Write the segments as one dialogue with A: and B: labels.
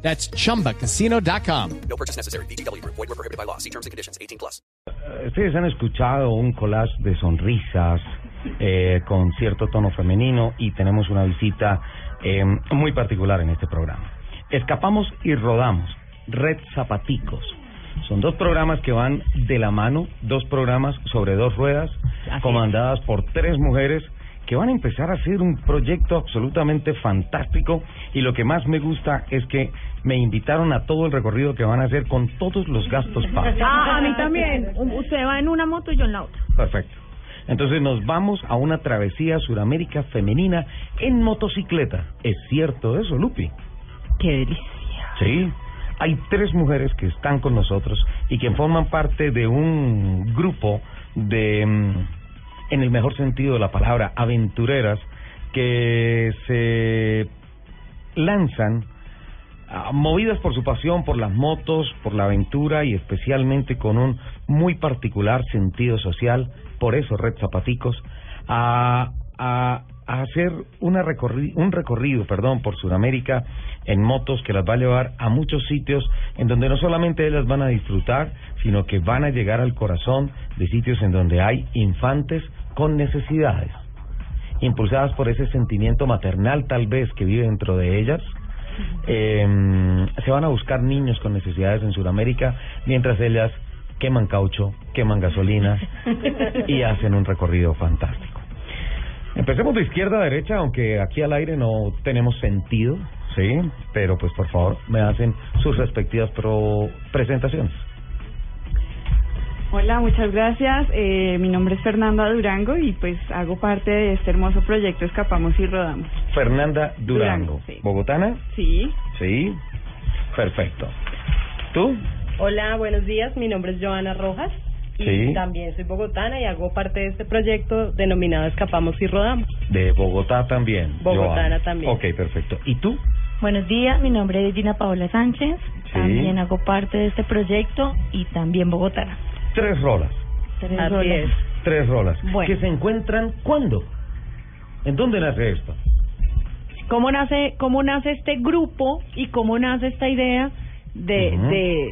A: That's chumbacasino.com.
B: No purchase necessary. BGW. Void were prohibited by law. See terms and conditions. 18 plus.
C: Ustedes han escuchado un collage de sonrisas eh, con cierto tono femenino y tenemos una visita eh, muy particular en este programa. Escapamos y rodamos, Red Zapaticos. Son dos programas que van de la mano, dos programas sobre dos ruedas, comandadas por tres mujeres que van a empezar a hacer un proyecto absolutamente fantástico y lo que más me gusta es que me invitaron a todo el recorrido que van a hacer con todos los gastos pagos.
D: Ah, a mí también. Un- Usted va en una moto y yo en la otra.
C: Perfecto. Entonces nos vamos a una travesía Suramérica femenina en motocicleta. ¿Es cierto eso, Lupi?
D: Qué delicia.
C: Sí. Hay tres mujeres que están con nosotros y que forman parte de un grupo de, mm, en el mejor sentido de la palabra, aventureras que se lanzan ah, movidas por su pasión, por las motos, por la aventura y especialmente con un muy particular sentido social, por eso Red Zapaticos, a, a- a hacer una recorri- un recorrido perdón, por Sudamérica en motos que las va a llevar a muchos sitios en donde no solamente ellas van a disfrutar, sino que van a llegar al corazón de sitios en donde hay infantes con necesidades impulsadas por ese sentimiento maternal tal vez que vive dentro de ellas, eh, se van a buscar niños con necesidades en Sudamérica, mientras ellas queman caucho, queman gasolina y hacen un recorrido fantástico. Empecemos de izquierda a derecha, aunque aquí al aire no tenemos sentido, ¿sí? Pero pues por favor me hacen sus respectivas pro- presentaciones.
E: Hola, muchas gracias. Eh, mi nombre es Fernanda Durango y pues hago parte de este hermoso proyecto Escapamos y Rodamos.
C: Fernanda Durango,
E: Durango, sí.
C: Bogotana,
E: Sí.
C: sí, perfecto. ¿Tú?
F: Hola, buenos días. Mi nombre es Joana Rojas y
C: Sí.
F: también soy bogotana y hago parte de este proyecto denominado Escapamos y Rodamos.
C: De Bogotá también.
F: Bogotana
C: Joana.
F: también.
C: Ok, perfecto. ¿Y tú?
G: Buenos días, mi nombre es Gina Paola Sánchez,
C: Sí.
G: también hago parte de este proyecto y también bogotana.
C: Tres rolas.
G: Tres
F: Así
G: rolas.
F: es.
C: Tres rolas.
G: Bueno.
C: ¿Que se encuentran cuándo? ¿En dónde nace esto?
D: ¿Cómo nace, cómo nace este grupo y cómo nace esta idea de,
C: Ujú.
D: de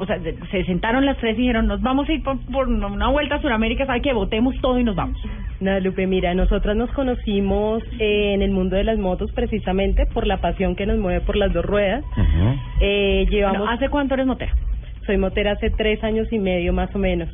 D: o sea, de- se sentaron las tres y dijeron, nos vamos a ir por, por una vuelta a Sudamérica, ¿sabe que Votemos todo y nos vamos.
F: Nada, Lupe, mira, nosotras nos conocimos eh, en el mundo de las motos precisamente por la pasión que nos mueve por las dos ruedas. Eh, llevamos,
D: Bueno, ¿Hace cuánto eres motera?
F: soy motera hace tres años y medio más o menos.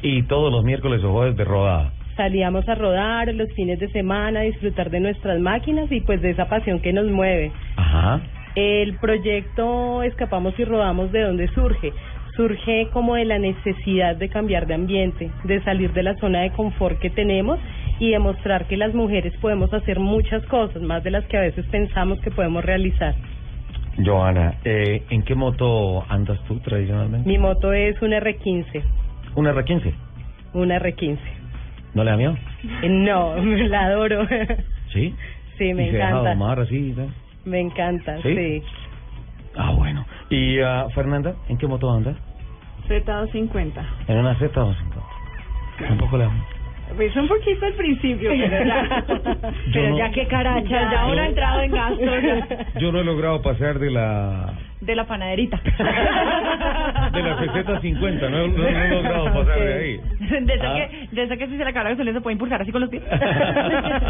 C: Y todos los miércoles o jueves de rodada.
F: Salíamos a rodar los fines de semana, a disfrutar de nuestras máquinas y pues de esa pasión que nos mueve.
C: Ajá.
F: El proyecto Escapamos y Rodamos, ¿de dónde surge? Surge como de la necesidad de cambiar de ambiente, de salir de la zona de confort que tenemos y demostrar que las mujeres podemos hacer muchas cosas, más de las que a veces pensamos que podemos realizar.
C: Joana, eh, ¿en qué moto andas tú tradicionalmente?
F: Mi moto es un R15,
C: Una R15.
F: un R15.
C: ¿No le da miedo?
F: Eh, No, la adoro.
C: Sí.
F: Sí, me
C: ¿Y se deja
F: encanta.
C: domar así? ¿no?
F: Me encanta,
C: ¿Sí?
F: sí.
C: Ah, bueno. ¿Y ah, Fernanda, en qué moto andas?
E: Z250.
C: En una Z250. Tampoco le da miedo.
E: Pues un poquito al principio, pero ya.
C: Yo
E: pero
C: no-
E: ya qué caracha, ya,
D: Ya.
E: uno ha entrado en gastos. ya.
C: Yo no he logrado pasar de la
E: De la panaderita.
C: De la Z50, no, no, no he logrado pasar de ahí.
D: De esa
C: Ah.
D: que, de esa que si se le acaba la gasolina se puede impulsar así con los pies.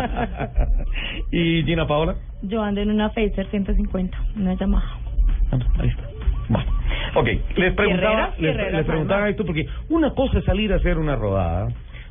C: ¿Y Gina Paola?
G: Yo ando en una Facer 150, una Yamaha.
C: Ahí está. Bueno, ok, les preguntaba,
E: Guerreras,
C: les,
E: guerreras,
C: les preguntaba
E: además.
C: esto porque una cosa es salir a hacer una rodada.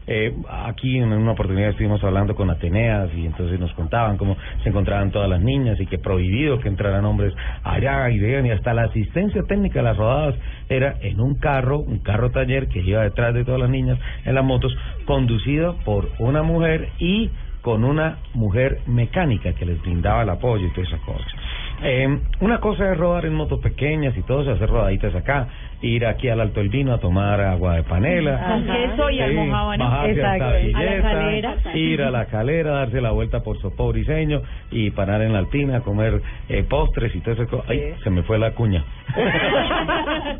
C: Eh, aquí en una oportunidad estuvimos hablando con Ateneas y entonces nos contaban cómo se encontraban todas las niñas y que prohibido que entraran hombres allá y vean y hasta la asistencia técnica de las rodadas era en un carro, un carro taller que iba detrás de todas las niñas en las motos, conducido por una mujer y con una mujer mecánica que les brindaba el apoyo y todas esas cosas. Eh, una cosa es rodar en motos pequeñas y todo, se hacer rodaditas acá, ir aquí al Alto El Vino a tomar agua de panela.
D: Con queso y
C: Sí,
D: almojábana.
C: bajarse hasta
F: Exacto. A la
C: Villeta,
F: calera.
C: ir a la calera, darse la vuelta por Soporiseño y parar en la altina, comer eh, postres y todo eso. Ay, se me fue la cuña.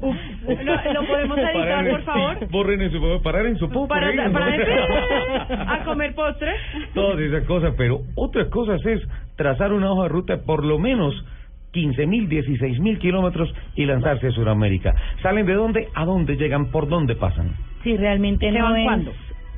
D: Ups. ¿Lo, lo podemos editar,
C: Parar-
D: por favor?
C: Borren en su, parar en su poco.
D: Para,
C: ¿eh?
D: para decir, a comer postre.
C: Todas esas cosas, pero otras cosas es trazar una hoja de ruta por lo menos 15.000, 16.000 kilómetros y lanzarse a Sudamérica. ¿Salen de dónde? ¿A dónde llegan? ¿Por dónde pasan?
G: Sí, realmente
D: ¿Se
G: no
D: van
G: es,
D: cuándo?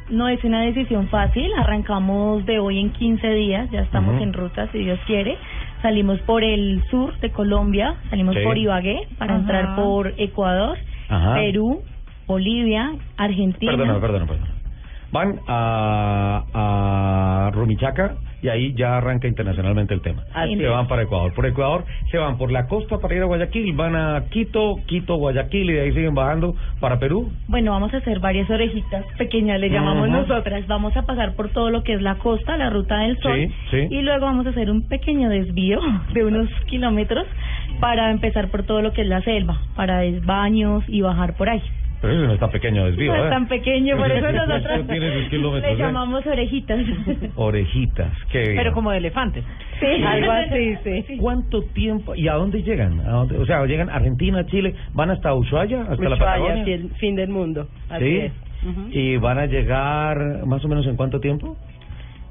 G: no es una decisión fácil. Arrancamos de hoy en 15 días, ya estamos
C: Ujú.
G: en ruta, si Dios quiere. Salimos por el sur de Colombia, salimos
C: Sí.
G: por Ibagué para
D: Ajá.
G: entrar por Ecuador,
C: Ajá.
G: Perú, Bolivia, Argentina.
C: Perdona, perdona, perdona. Van a, a Rumichaca y ahí ya arranca internacionalmente el tema.
G: Así
C: se
G: es.
C: van para Ecuador. Por Ecuador se van por la costa para ir a Guayaquil, van a Quito, Quito, Guayaquil y de ahí siguen bajando para Perú.
G: Bueno, vamos a hacer varias orejitas pequeñas, le llamamos
C: Ujú.
G: nosotras. Vamos a pasar por todo lo que es la costa, la ruta del sol.
C: Sí, sí.
G: Y luego vamos a hacer un pequeño desvío de unos kilómetros para empezar por todo lo que es la selva, para desbaños y bajar por ahí.
C: Pero eso no es tan pequeño desvío,
G: no
C: ¿eh?
G: es tan pequeño, por eso
C: Eso
G: nosotros
C: tiene sus kilómetros,
G: le
C: ¿eh?
G: llamamos orejitas.
C: Orejitas, qué bien.
D: Pero como de elefantes.
G: Sí.
F: Algo así, sí.
C: ¿Cuánto tiempo? ¿Y a dónde llegan? ¿A dónde? O sea, llegan a Argentina, Chile, van hasta Ushuaia, hasta la
F: Ushuaia,
C: Patagonia.
F: fin, fin del mundo. Así
C: Sí.
F: es. Ujú.
C: ¿Y van a llegar más o menos en cuánto tiempo?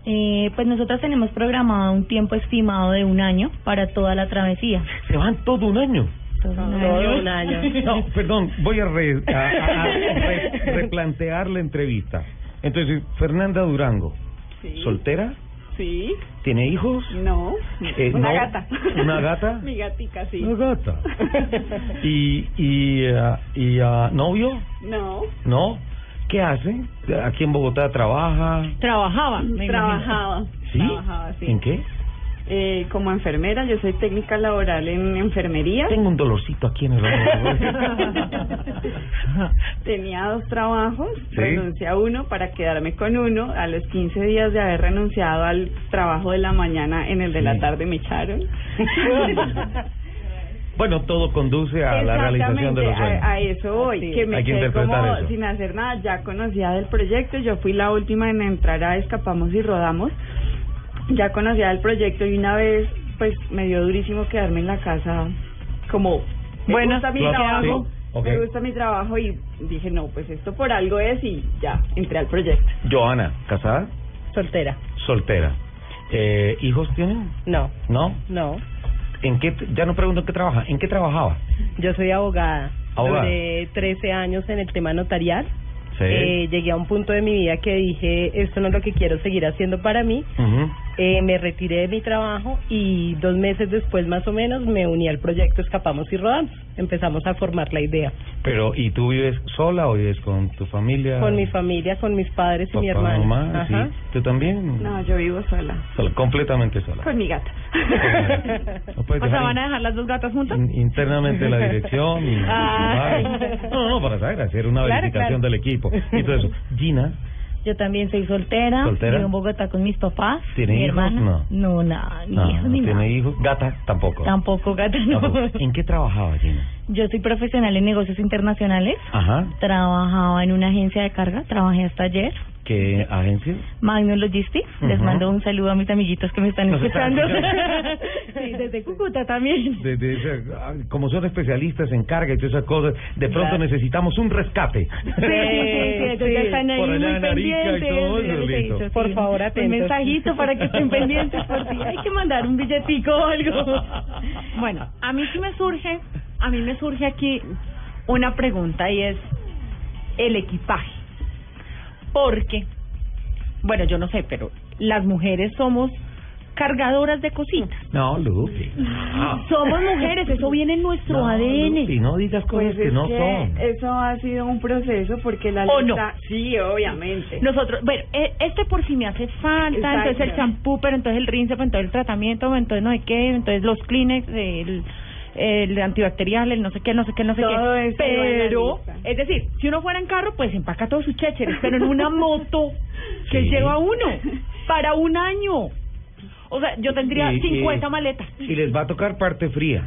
G: Eh, pues nosotros tenemos programado un tiempo estimado de un año para toda la travesía.
C: Se van todo un año.
G: Todo
C: Ah.
G: un año.
F: Todo un
E: Ah,
F: año.
C: No, perdón, voy a, re- a- a- a re- replantear la entrevista. Entonces, Fernanda Durango,
E: Sí.
C: soltera,
E: Sí.
C: tiene hijos,
E: No.
C: Eh,
E: una
C: no.
E: gata.
C: ¿Una gata?
E: Mi gatica, sí.
C: una gata. ¿Y, y, ah, y ah, novio?
E: No.
C: ¿No? ¿Qué hace? ¿Aquí en Bogotá trabaja?
D: Trabajaba. me imagino.
E: Trabajaba.
C: ¿Sí? Mm.
E: Trabajaba, sí.
C: ¿En qué?
E: Eh, como enfermera, yo soy técnica laboral en enfermería.
C: Tengo un dolorcito aquí en el
E: Tenía dos trabajos,
C: Sí.
E: renuncié a uno para quedarme con uno. A los 15 días de haber renunciado al trabajo de la mañana, en el de
C: Sí.
E: la tarde me echaron.
C: bueno, todo conduce a la realización de los
E: Exactamente,
C: sueños.
E: a, a eso voy,
F: Así es.
E: que me
C: Hay que
E: quedé
C: interpretar
E: como
C: eso.
E: sin hacer nada, ya conocía del proyecto, yo fui la última en entrar a Escapamos y Rodamos, ya conocía del proyecto y una vez pues me dio durísimo quedarme en la casa como me
D: Bueno,
E: gusta mi
C: claro,
E: trabajo,
C: sí, ok.
E: me gusta mi trabajo y dije no pues esto por algo es y ya entré al proyecto.
C: Joana, casada,
F: Soltera.
C: soltera. Eh, ¿Hijos tienen?
F: No,
C: ¿No?
F: no.
C: ¿En qué? Ya no pregunto en qué trabaja. ¿En qué trabajaba?
F: Yo soy abogada.
C: Abogada.
F: Duré 13 años en el tema notarial.
C: Sí.
F: Eh, llegué a un punto de mi vida que dije, esto no es lo que quiero seguir haciendo para mí.
C: Ujú.
F: Eh, me retiré de mi trabajo y dos meses después más o menos me uní al proyecto Escapamos y Rodamos. Empezamos a formar la idea.
C: Pero, ¿y tú vives sola o vives con tu familia?
F: Con mi familia, con mis padres y
C: Ah. Papá,
F: mi hermana.
C: mamá,
F: Ajá.
C: sí. ¿Tú también?
E: No, yo vivo sola
C: Sola, completamente sola.
E: con mi gata.
C: No puedes
D: O sea,
C: dejar
D: ¿van a dejar las dos gatas juntas?
C: in- internamente la dirección y, y
D: Ah.
C: varios. no, no, para saber hacer una
F: Claro,
C: verificación
F: claro.
C: del equipo y todo eso. Gina,
G: Yo también soy soltera,
C: ¿Soltera?
G: vivo en Bogotá con mis papás,
C: ¿Tiene
G: mi
C: hijos?
G: hermana. No, nada, ni
C: no,
G: hijos
C: no
G: ni nada.
C: tiene hijos, gata tampoco.
G: Tampoco gata, no.
C: Tampoco. ¿En qué trabajaba Gina?
G: Yo soy profesional en negocios internacionales.
C: Ajá,
G: Trabajaba en una agencia de carga, trabajé hasta ayer.
C: ¿qué agencia?
G: Magnus Logistics, les
C: Ujú.
G: mando un saludo a mis amiguitos que me están
C: Nos están
G: escuchando.
C: escuchando.
G: sí, desde Cúcuta también.
C: De- de esa- ah, como son especialistas en carga y todas esas cosas, de pronto
F: Claro.
C: necesitamos un rescate.
G: Sí, sí, sí, sí, ya
F: sí.
G: están ahí
C: Por allá
G: muy
C: en Arica y
G: pendientes.
C: todo eso,
G: sí, sí,
C: listo.
G: sí.
F: Por favor,
G: Un
F: atentos.
G: mensajito para que estén pendientes por si hay que mandar un billetico o algo.
D: Bueno, a mí sí me surge, a mí me surge aquí una pregunta y es el equipaje. Porque, bueno, yo no sé, pero las mujeres somos cargadoras de cositas.
C: No, Lupi. no.
D: Somos mujeres, eso viene en nuestro
C: No, Lupi,
D: ADN.
C: no digas cosas
E: Pues
C: que
E: es
C: no
E: que
C: son.
D: eh,
E: Eso ha sido un proceso porque la
D: ¿O no?
E: lista... Sí, obviamente.
D: Nosotros, bueno, e- este por si me hace falta,
E: Exacto.
D: entonces el champú, pero entonces el rinse, pero entonces el tratamiento, pero entonces no sé qué, entonces los Kleenex, el, el antibacterial, el no sé qué, no sé qué, no sé
E: Todo
D: qué.
E: eso
D: Pero,
E: va en la lista.
D: es decir, si uno fuera en carro, pues empaca todos sus chécheres, pero en una moto que
C: Sí.
D: lleva uno para un año. O sea, yo tendría
C: Y- y-
D: 50 maletas.
C: y les va a tocar parte fría.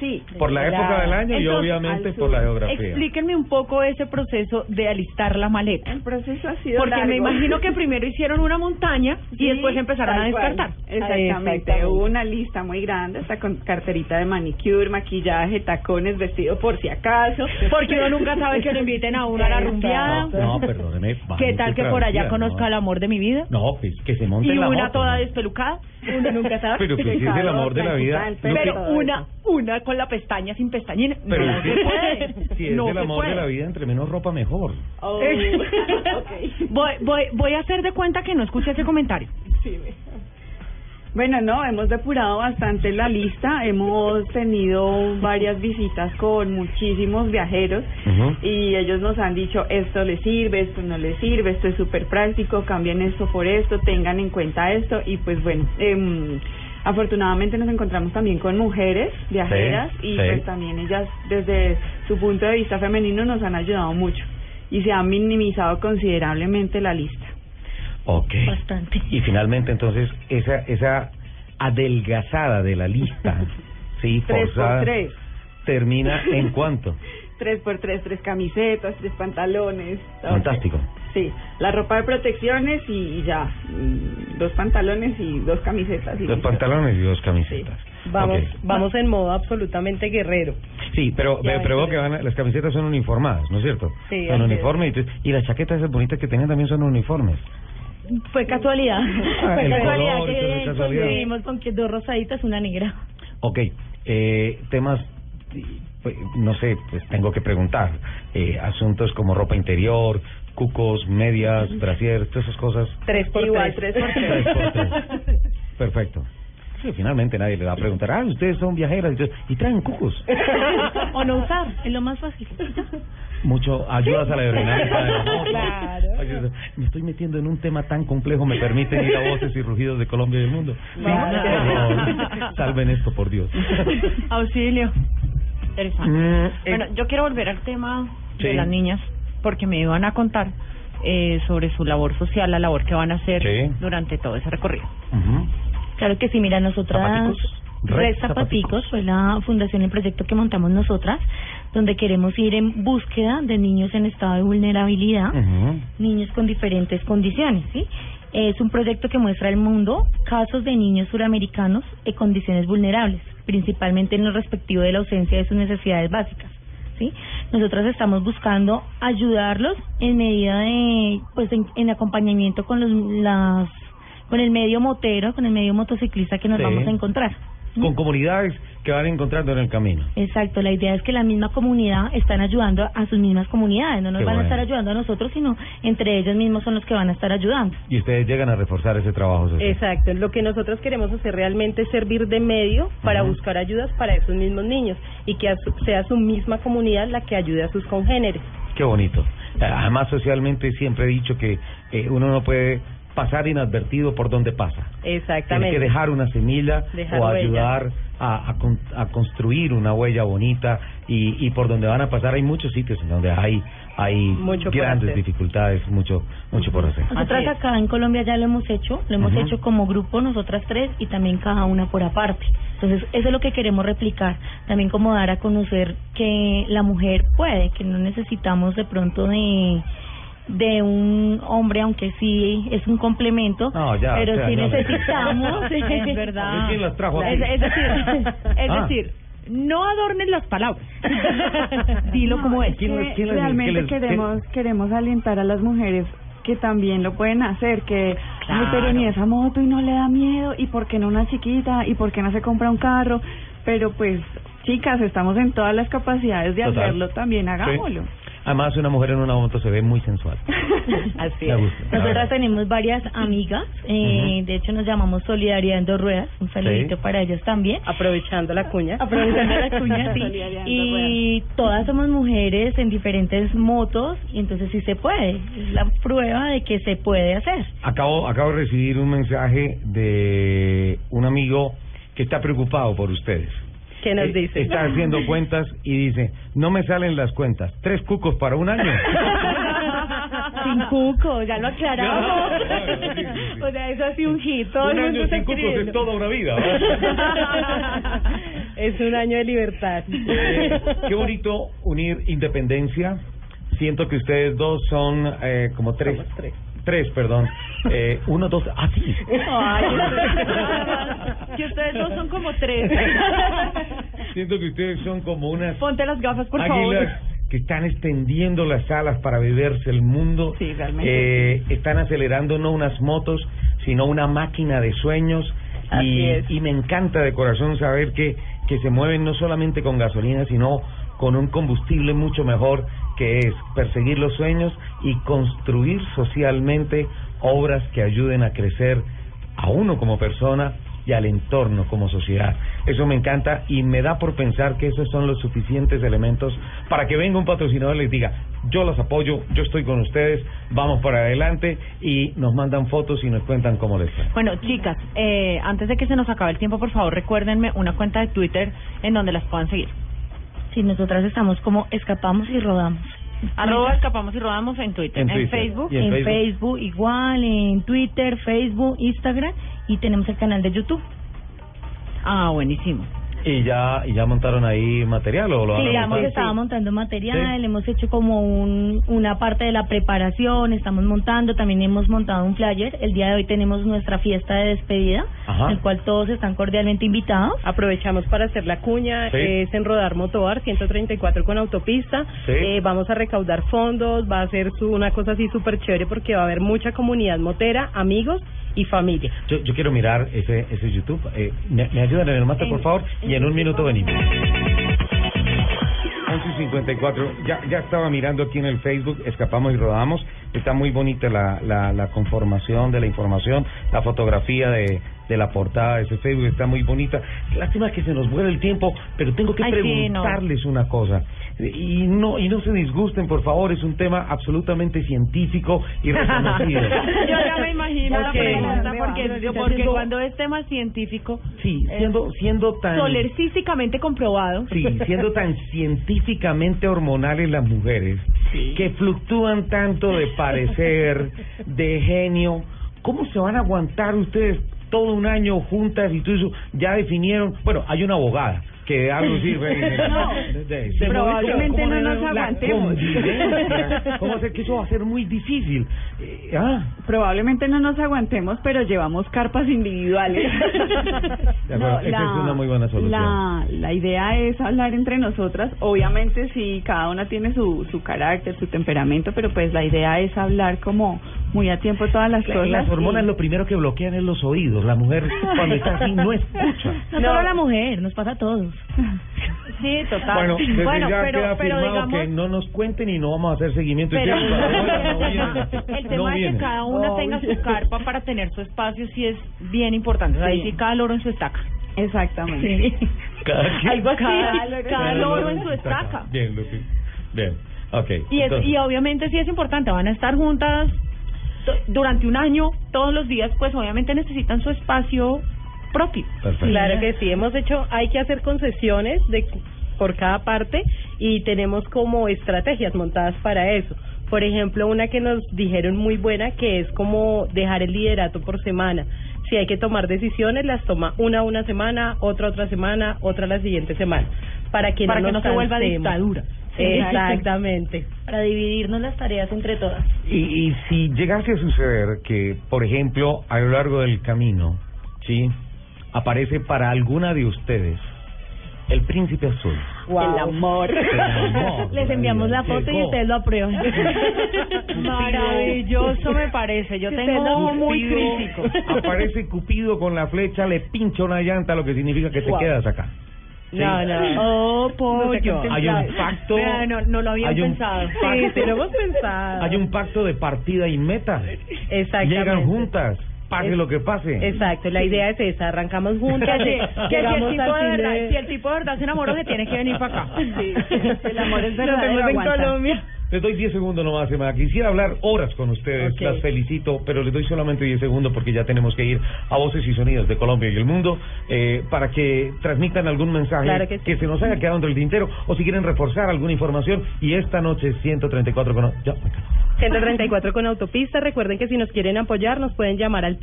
D: Sí.
C: Por la época del año y
D: Entonces,
C: obviamente
D: al
C: por la
D: sur.
C: geografía.
D: Explíquenme un poco ese proceso de alistar la maleta.
E: El proceso ha sido
D: Porque me
E: largo.
D: imagino que primero hicieron una montaña y
E: Sí,
D: después empezaron a
E: tal cual.
D: descartar.
E: Exactamente, hubo una lista muy grande, hasta con carterita de manicure, maquillaje, tacones, vestido por si acaso.
D: Porque uno nunca sabe que lo inviten a uno a la
E: Exacto.
D: rumbeada.
C: No, perdóneme.
G: ¿Qué tal que por allá conozca
C: conozca
G: al amor de mi vida?
C: No, pues que se monte
D: Y
C: en la
D: una
C: moto,
D: toda
C: ¿no?
D: despelucada.
G: Uno nunca sabe.
C: Pero pues si es el amor de la vida.
E: Pero
C: no,
D: Pero
E: todo
D: una,
E: eso.
D: una con la pestaña sin pestañina.
C: pero
D: no
C: es que-
D: se puede.
C: si es
D: no
C: el
D: se
C: amor
D: puede.
C: de la vida, entre menos ropa mejor.
E: Oh,
D: Eh,
E: ok.
D: voy, voy, voy a hacer de cuenta que no escuché ese comentario.
E: Sí, me- Bueno, no, hemos depurado bastante la lista, hemos tenido varias visitas con muchísimos viajeros
C: Ujú.
E: y ellos nos han dicho esto les sirve, esto no les sirve, esto es súper práctico, cambien esto por esto, tengan en cuenta esto y pues bueno, em, afortunadamente nos encontramos también con mujeres viajeras
C: Sí,
E: y
C: sí.
E: pues también ellas desde su punto de vista femenino nos han ayudado mucho y se ha minimizado considerablemente la lista.
C: Ok.
G: Bastante.
C: Y finalmente, entonces, esa esa adelgazada de la lista, sí,
E: Tres por
C: forzada,
E: tres.
C: termina en cuánto.
E: Tres por tres, tres camisetas, tres pantalones. todo.
C: Fantástico.
E: Sí, la ropa de protecciones y, y ya, mm, dos pantalones y dos camisetas. y
C: Dos
E: listo.
C: pantalones y dos camisetas.
F: Vamos,
C: Ok.
F: vamos en modo absolutamente guerrero.
C: Sí, pero,
F: Ya,
C: pero, pero veo
F: entonces-
C: que van a- las camisetas son uniformadas, ¿no es cierto?
F: Sí,
C: son
F: así es.
C: uniformes y, tú- y las chaquetas esas bonitas que tenían también son uniformes.
G: Fue casualidad.
F: Pues
C: Ah,
G: Fue
C: el
G: casualidad
C: color, entonces,
G: que
C: casualidad.
G: coincidimos con que dos rosaditas, una negra.
C: Ok, eh, temas, pues, no sé, pues tengo que preguntar. Eh, asuntos como ropa interior, cucos, medias, brasier, todas esas cosas.
F: Tres por
E: Igual,
F: tres.
E: tres por
C: Tres por tres. Perfecto. Sí, finalmente nadie le va a preguntar, ah, ustedes son viajeras y, yo- y traen cucos.
G: o no usar, es lo más fácil.
C: Mucho ayudas a la aerodinámica de la moto.
F: Claro.
C: Ayudas. Me estoy metiendo en un tema tan complejo, me permiten ir a voces y rugidos de Colombia y del mundo.
F: Claro.
C: Por favor, salven esto, por Dios.
D: Auxilio. Interesante.
C: Mm,
D: Bueno,
C: eh,
D: yo quiero volver al tema de
C: Sí.
D: las niñas, porque me iban a contar eh, sobre su labor social, la labor que van a hacer
C: Sí.
D: durante todo ese recorrido.
C: ujú.
G: Claro que sí, mira, nosotras,
C: Zapaticos, Red
G: Red Zapaticos
C: Zapaticos.
G: fue la fundación, el proyecto que montamos nosotras, donde queremos ir en búsqueda de niños en estado de vulnerabilidad,
C: Ujú.
G: niños con diferentes condiciones, ¿sí? Es un proyecto que muestra al mundo casos de niños suramericanos en condiciones vulnerables, principalmente en lo respectivo de la ausencia de sus necesidades básicas, ¿sí? Nosotras estamos buscando ayudarlos en medida de, pues, en, en acompañamiento con los, las, con el medio motero, con el medio motociclista que nos
C: Sí.
G: vamos a encontrar.
C: Con comunidades que van encontrando en el camino.
G: Exacto, la idea es que la misma comunidad están ayudando a sus mismas comunidades, no nos
C: Qué
G: van
C: bueno.
G: a estar ayudando a nosotros, sino entre ellos mismos son los que van a estar ayudando.
C: Y ustedes llegan a reforzar ese trabajo social.
F: Exacto, lo que nosotros queremos hacer realmente es servir de medio para
C: Ajá.
F: buscar ayudas para esos mismos niños y que a su- sea su misma comunidad la que ayude a sus congéneres.
C: Qué bonito. Además, socialmente siempre he dicho que eh, uno no puede pasar inadvertido por donde pasa. Tiene
F: Exactamente.
C: que dejar una semilla
F: Dejar
C: o
F: huella.
C: ayudar a, a con- a construir una huella bonita y, y por donde van a pasar hay muchos sitios en donde hay hay
F: Mucho por
C: grandes
F: hacer.
C: dificultades, mucho mucho por hacer.
G: Nosotras
F: Así es.
G: acá en Colombia ya lo hemos hecho, lo hemos
C: Ujú.
G: hecho como grupo, nosotras tres y también cada una por aparte. Entonces, eso es lo que queremos replicar, también como dar a conocer que la mujer puede, que no necesitamos de pronto de de un hombre, aunque sí es un complemento,
C: No, ya,
G: pero
C: o sea,
G: sí
C: ya.
G: necesitamos, es
C: ¿De
G: verdad.
F: Ah.
C: quién las trajo aquí?
D: Es, es decir, es
C: Ah.
D: decir, no adornen las palabras. Dilo
E: No,
D: como es.
C: ¿Quién les-
E: que
C: quién les-
E: realmente
C: quién les-
E: queremos queremos alentar a las mujeres que también lo pueden hacer, que ay, pero ni esa moto y no le da miedo y por qué no una chiquita y por qué no se compra un carro, pero pues chicas, estamos en todas las capacidades de
C: Total.
E: hacerlo también,
C: Sí.
E: hagámoslo.
C: Además, una mujer en una moto se ve muy sensual.
F: Así
C: Me gusta.
F: es.
C: la
G: Nosotras
C: verdad.
G: tenemos varias amigas, eh, de hecho nos llamamos Solidaridad en dos ruedas, un saludito
C: Sí.
G: para ellas también.
F: Aprovechando la cuña.
G: aprovechando las cuñas sí.
E: Solidaridad en dos
G: y todas somos mujeres en diferentes motos y entonces sí se puede es la prueba de que se puede hacer
C: Acabo, acabo de recibir un mensaje de un amigo que está preocupado por ustedes.
F: ¿Qué nos
C: Eh,
F: dice?
C: Está haciendo cuentas y dice, no me salen las cuentas. Tres cucos para un año.
G: Sin cuco, ya lo aclaramos.
C: Claro, sí, sí, sí.
G: o sea, eso ha sido un hit, todo el
C: un
G: mundo
C: año
G: está
C: sin cucos es
G: escribiendo.
C: toda una vida.
F: es un año de libertad.
C: Eh, qué bonito unir independencia. Siento que ustedes dos son eh, como tres.
F: Somos tres.
C: Tres, perdón. Eh, uno, dos, así.
D: Ay, ustedes- que ustedes dos son como tres.
C: Siento que ustedes son como unas
D: Ponte las gafas, por favor.
C: águilas que están extendiendo las alas para beberse el mundo.
E: Sí, realmente
C: Eh, están acelerando no unas motos, sino una máquina de sueños.
E: Así
C: y,
E: es.
C: y me encanta de corazón saber que, que se mueven no solamente con gasolina, sino con un combustible mucho mejor que es perseguir los sueños y construir socialmente obras que ayuden a crecer a uno como persona y al entorno como sociedad. Eso me encanta y me da por pensar que esos son los suficientes elementos para que venga un patrocinador y les diga, yo los apoyo, yo estoy con ustedes, vamos para adelante y nos mandan fotos y nos cuentan cómo les fue.
D: Bueno, chicas, eh, antes de que se nos acabe el tiempo, por favor, recuérdenme una cuenta de Twitter en donde las puedan seguir.
G: Sí, nosotras estamos como escapamos y rodamos.
D: Arroba escapamos y rodamos en Twitter, en,
C: En Twitter.
D: Facebook.
C: Y en
G: en
C: Facebook.
G: Facebook. igual, en Twitter, Facebook, Instagram y tenemos el canal de YouTube.
D: Ah, buenísimo.
C: ¿Y ya, y ya montaron ahí material o lo van
G: Sí,
C: a
G: digamos que
C: montar?
G: estaba montando material,
C: Sí.
G: hemos hecho como un, una parte de la preparación, estamos montando, también hemos montado un flyer. El día de hoy tenemos nuestra fiesta de despedida,
C: Ajá.
G: en el cual todos están cordialmente invitados.
F: Aprovechamos para hacer la cuña,
C: Sí.
F: es en Rodar Motobar, 134 con autopista.
C: Sí.
F: Eh, vamos a recaudar fondos, va a ser su- una cosa así súper chévere porque va a haber mucha comunidad motera, amigos y familia.
C: Yo, yo quiero mirar ese, ese YouTube. Eh, ¿me, me ayudan en el máster, por favor? Y en un minuto venimos. 11.54. Ya, ya estaba mirando aquí en el Facebook, escapamos y rodamos. Está muy bonita la, la, la conformación de la información, la fotografía de, de la portada de ese Facebook está muy bonita. Lástima que se nos vuelve el tiempo, pero tengo que
D: Ay, sí, no.
C: preguntarles una cosa. Y no, y no se disgusten, por favor, es un tema absolutamente científico y reconocido.
D: Yo ya me imagino la
E: Ok.
D: pregunta,
E: Me va, pero
D: porque,
E: está
D: porque
E: haciendo-
D: cuando es tema científico,
C: Sí, siendo, siendo tan...
D: solercísticamente comprobado,
C: Sí, siendo tan científicamente hormonales las mujeres, que fluctúan tanto de parecer, de genio, ¿cómo se van a aguantar ustedes todo un año juntas y tú y su- ya definieron? Bueno, hay una abogada que de algo sirve. De- de- se
E: probablemente
C: modifica. ¿Cómo
E: no nos
C: la
E: aguantemos?
C: convivencia? ¿Cómo hacer que eso va a ser muy difícil? Eh, ah.
E: Probablemente no nos aguantemos, pero llevamos carpas individuales.
C: De acuerdo, esa es una muy buena solución.
E: La, la idea es hablar entre nosotras. Obviamente, sí, cada una tiene su, su carácter, su temperamento, pero pues la idea es hablar como muy a tiempo todas las
C: La-
E: cosas.
C: Las hormonas
E: y-
C: lo primero que bloquean es los oídos. La mujer cuando está así no escucha.
G: No, solo la mujer, nos pasa a todos.
D: sí, total.
C: Bueno, desde ya
D: pero, pero
C: queda firmado
D: digamos,
C: que no nos cuenten y no vamos a hacer seguimiento. y
D: pero
C: tiempo para- bueno, no
D: el
C: vienen, no
D: tema de que
C: vienen.
D: cada una
E: No,
D: tenga
E: oye.
D: su carpa para tener su espacio sí es bien importante. O sea, ahí
E: Sí.
D: sí cada loro en su estaca.
E: Exactamente.
C: Cada quien-
D: Algo así,
E: Cada loro en-
D: cada
E: cada
D: loro en su estaca.
C: Bien, Lupi. Bien. Ok.
D: Y, es-
C: entonces,
D: y obviamente sí es importante, van a estar juntas to- durante un año, todos los días, pues obviamente necesitan su espacio propio.
C: perfecto.
F: Claro que sí, hemos hecho, hay que hacer concesiones de por cada parte y tenemos como estrategias montadas para eso. Por ejemplo, una que nos dijeron muy buena que es como dejar el liderato por semana. Si hay que tomar decisiones, las toma una una semana, otra otra semana, otra la siguiente semana, para que
D: Para
F: no,
D: que
F: nos
D: no se vuelva
F: cansemos.
D: dictadura.
F: Exactamente.
G: Para dividirnos las tareas entre todas.
C: Y, y si llegase a suceder que, por ejemplo, a lo largo del camino, ¿sí? Aparece para alguna de ustedes el príncipe azul.
E: El amor.
C: El amor,
G: Les enviamos la foto y
C: Ah, llegó.
G: ustedes lo aprueban.
D: Maravilloso me parece, yo tengo un ojo muy
C: Cupido,
D: crítico.
C: Aparece Cupido con la flecha, le pincha una llanta, lo que significa que te
F: Wow.
C: quedas acá. Sí.
F: No, no. Oh, pollo.
C: Hay un pacto.
D: Vea, no, no lo había
C: hay un
D: pensado.
C: pacto-
F: Sí, sí, lo hemos pensado.
C: Hay un pacto de partida y meta.
F: Ah. Exactamente.
C: Llegan juntas, pase
F: Es-
C: lo que pase.
F: Exacto, la idea es esa, arrancamos juntas,
D: Que, si- que si, el
F: llegamos
D: tipo
F: al
D: de
F: fin de-
D: verdad, si el tipo de verdad se enamoró, se tiene que venir para acá.
E: Sí, el amor es
F: Nos
E: verdadero,
F: vemos en
E: aguanta.
F: Colombia.
C: Les doy 10 segundos nomás, Emma. Quisiera hablar horas con ustedes.
F: Ok.
C: Las felicito, pero les doy solamente 10 segundos porque ya tenemos que ir a Voces y Sonidos de Colombia y el mundo eh, para que transmitan algún mensaje
F: Claro que sí.
C: se nos haya quedado entre el tintero o si quieren reforzar alguna información. Y esta noche, 134 con... Ya, me callo.
F: 134 con autopista. Recuerden que si nos quieren apoyar, nos pueden llamar al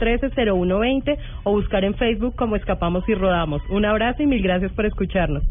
F: 300-513-0120 o buscar en Facebook como Escapamos y Rodamos. Un abrazo y mil gracias por escucharnos.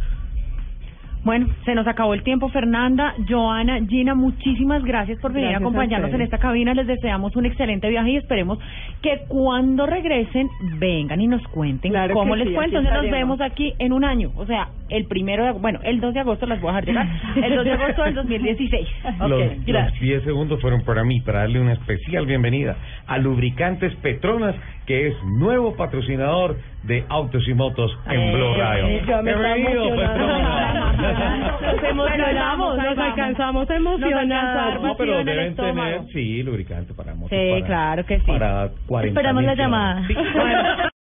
G: Bueno, se nos acabó el tiempo, Fernanda, Joana, Gina, muchísimas gracias por venir
F: Gracias
G: a
F: a
G: acompañarnos en
F: ustedes.
G: esta cabina. Les deseamos un excelente viaje y esperemos que cuando regresen vengan y nos cuenten
E: Claro
G: cómo
E: que
G: les
E: sí,
G: fue.
E: aquí
G: Entonces nos
E: estaremos.
G: vemos aquí en un año, o sea, el primero de, ag- bueno, el 2 de agosto las voy a dejar llegar, el 2 de agosto del 2016.
C: Los-
G: Ok, gracias.
C: los 10 segundos fueron para mí, para darle una especial bienvenida a Lubricantes Petronas, que es nuevo patrocinador de Autos y Motos en Blue Radio.
F: Eh, Yo me estaba
C: Bienvenido,
F: emocionando.
C: Petronas.
F: Nos emocionamos, nos alcanzamos a emocionar.
C: No, pero deben
G: estómago.
C: tener, sí, lubricante para motos.
G: Sí,
C: para-
G: claro que sí.
C: Para 40
H: Esperamos la llamada.
C: Sí, bueno,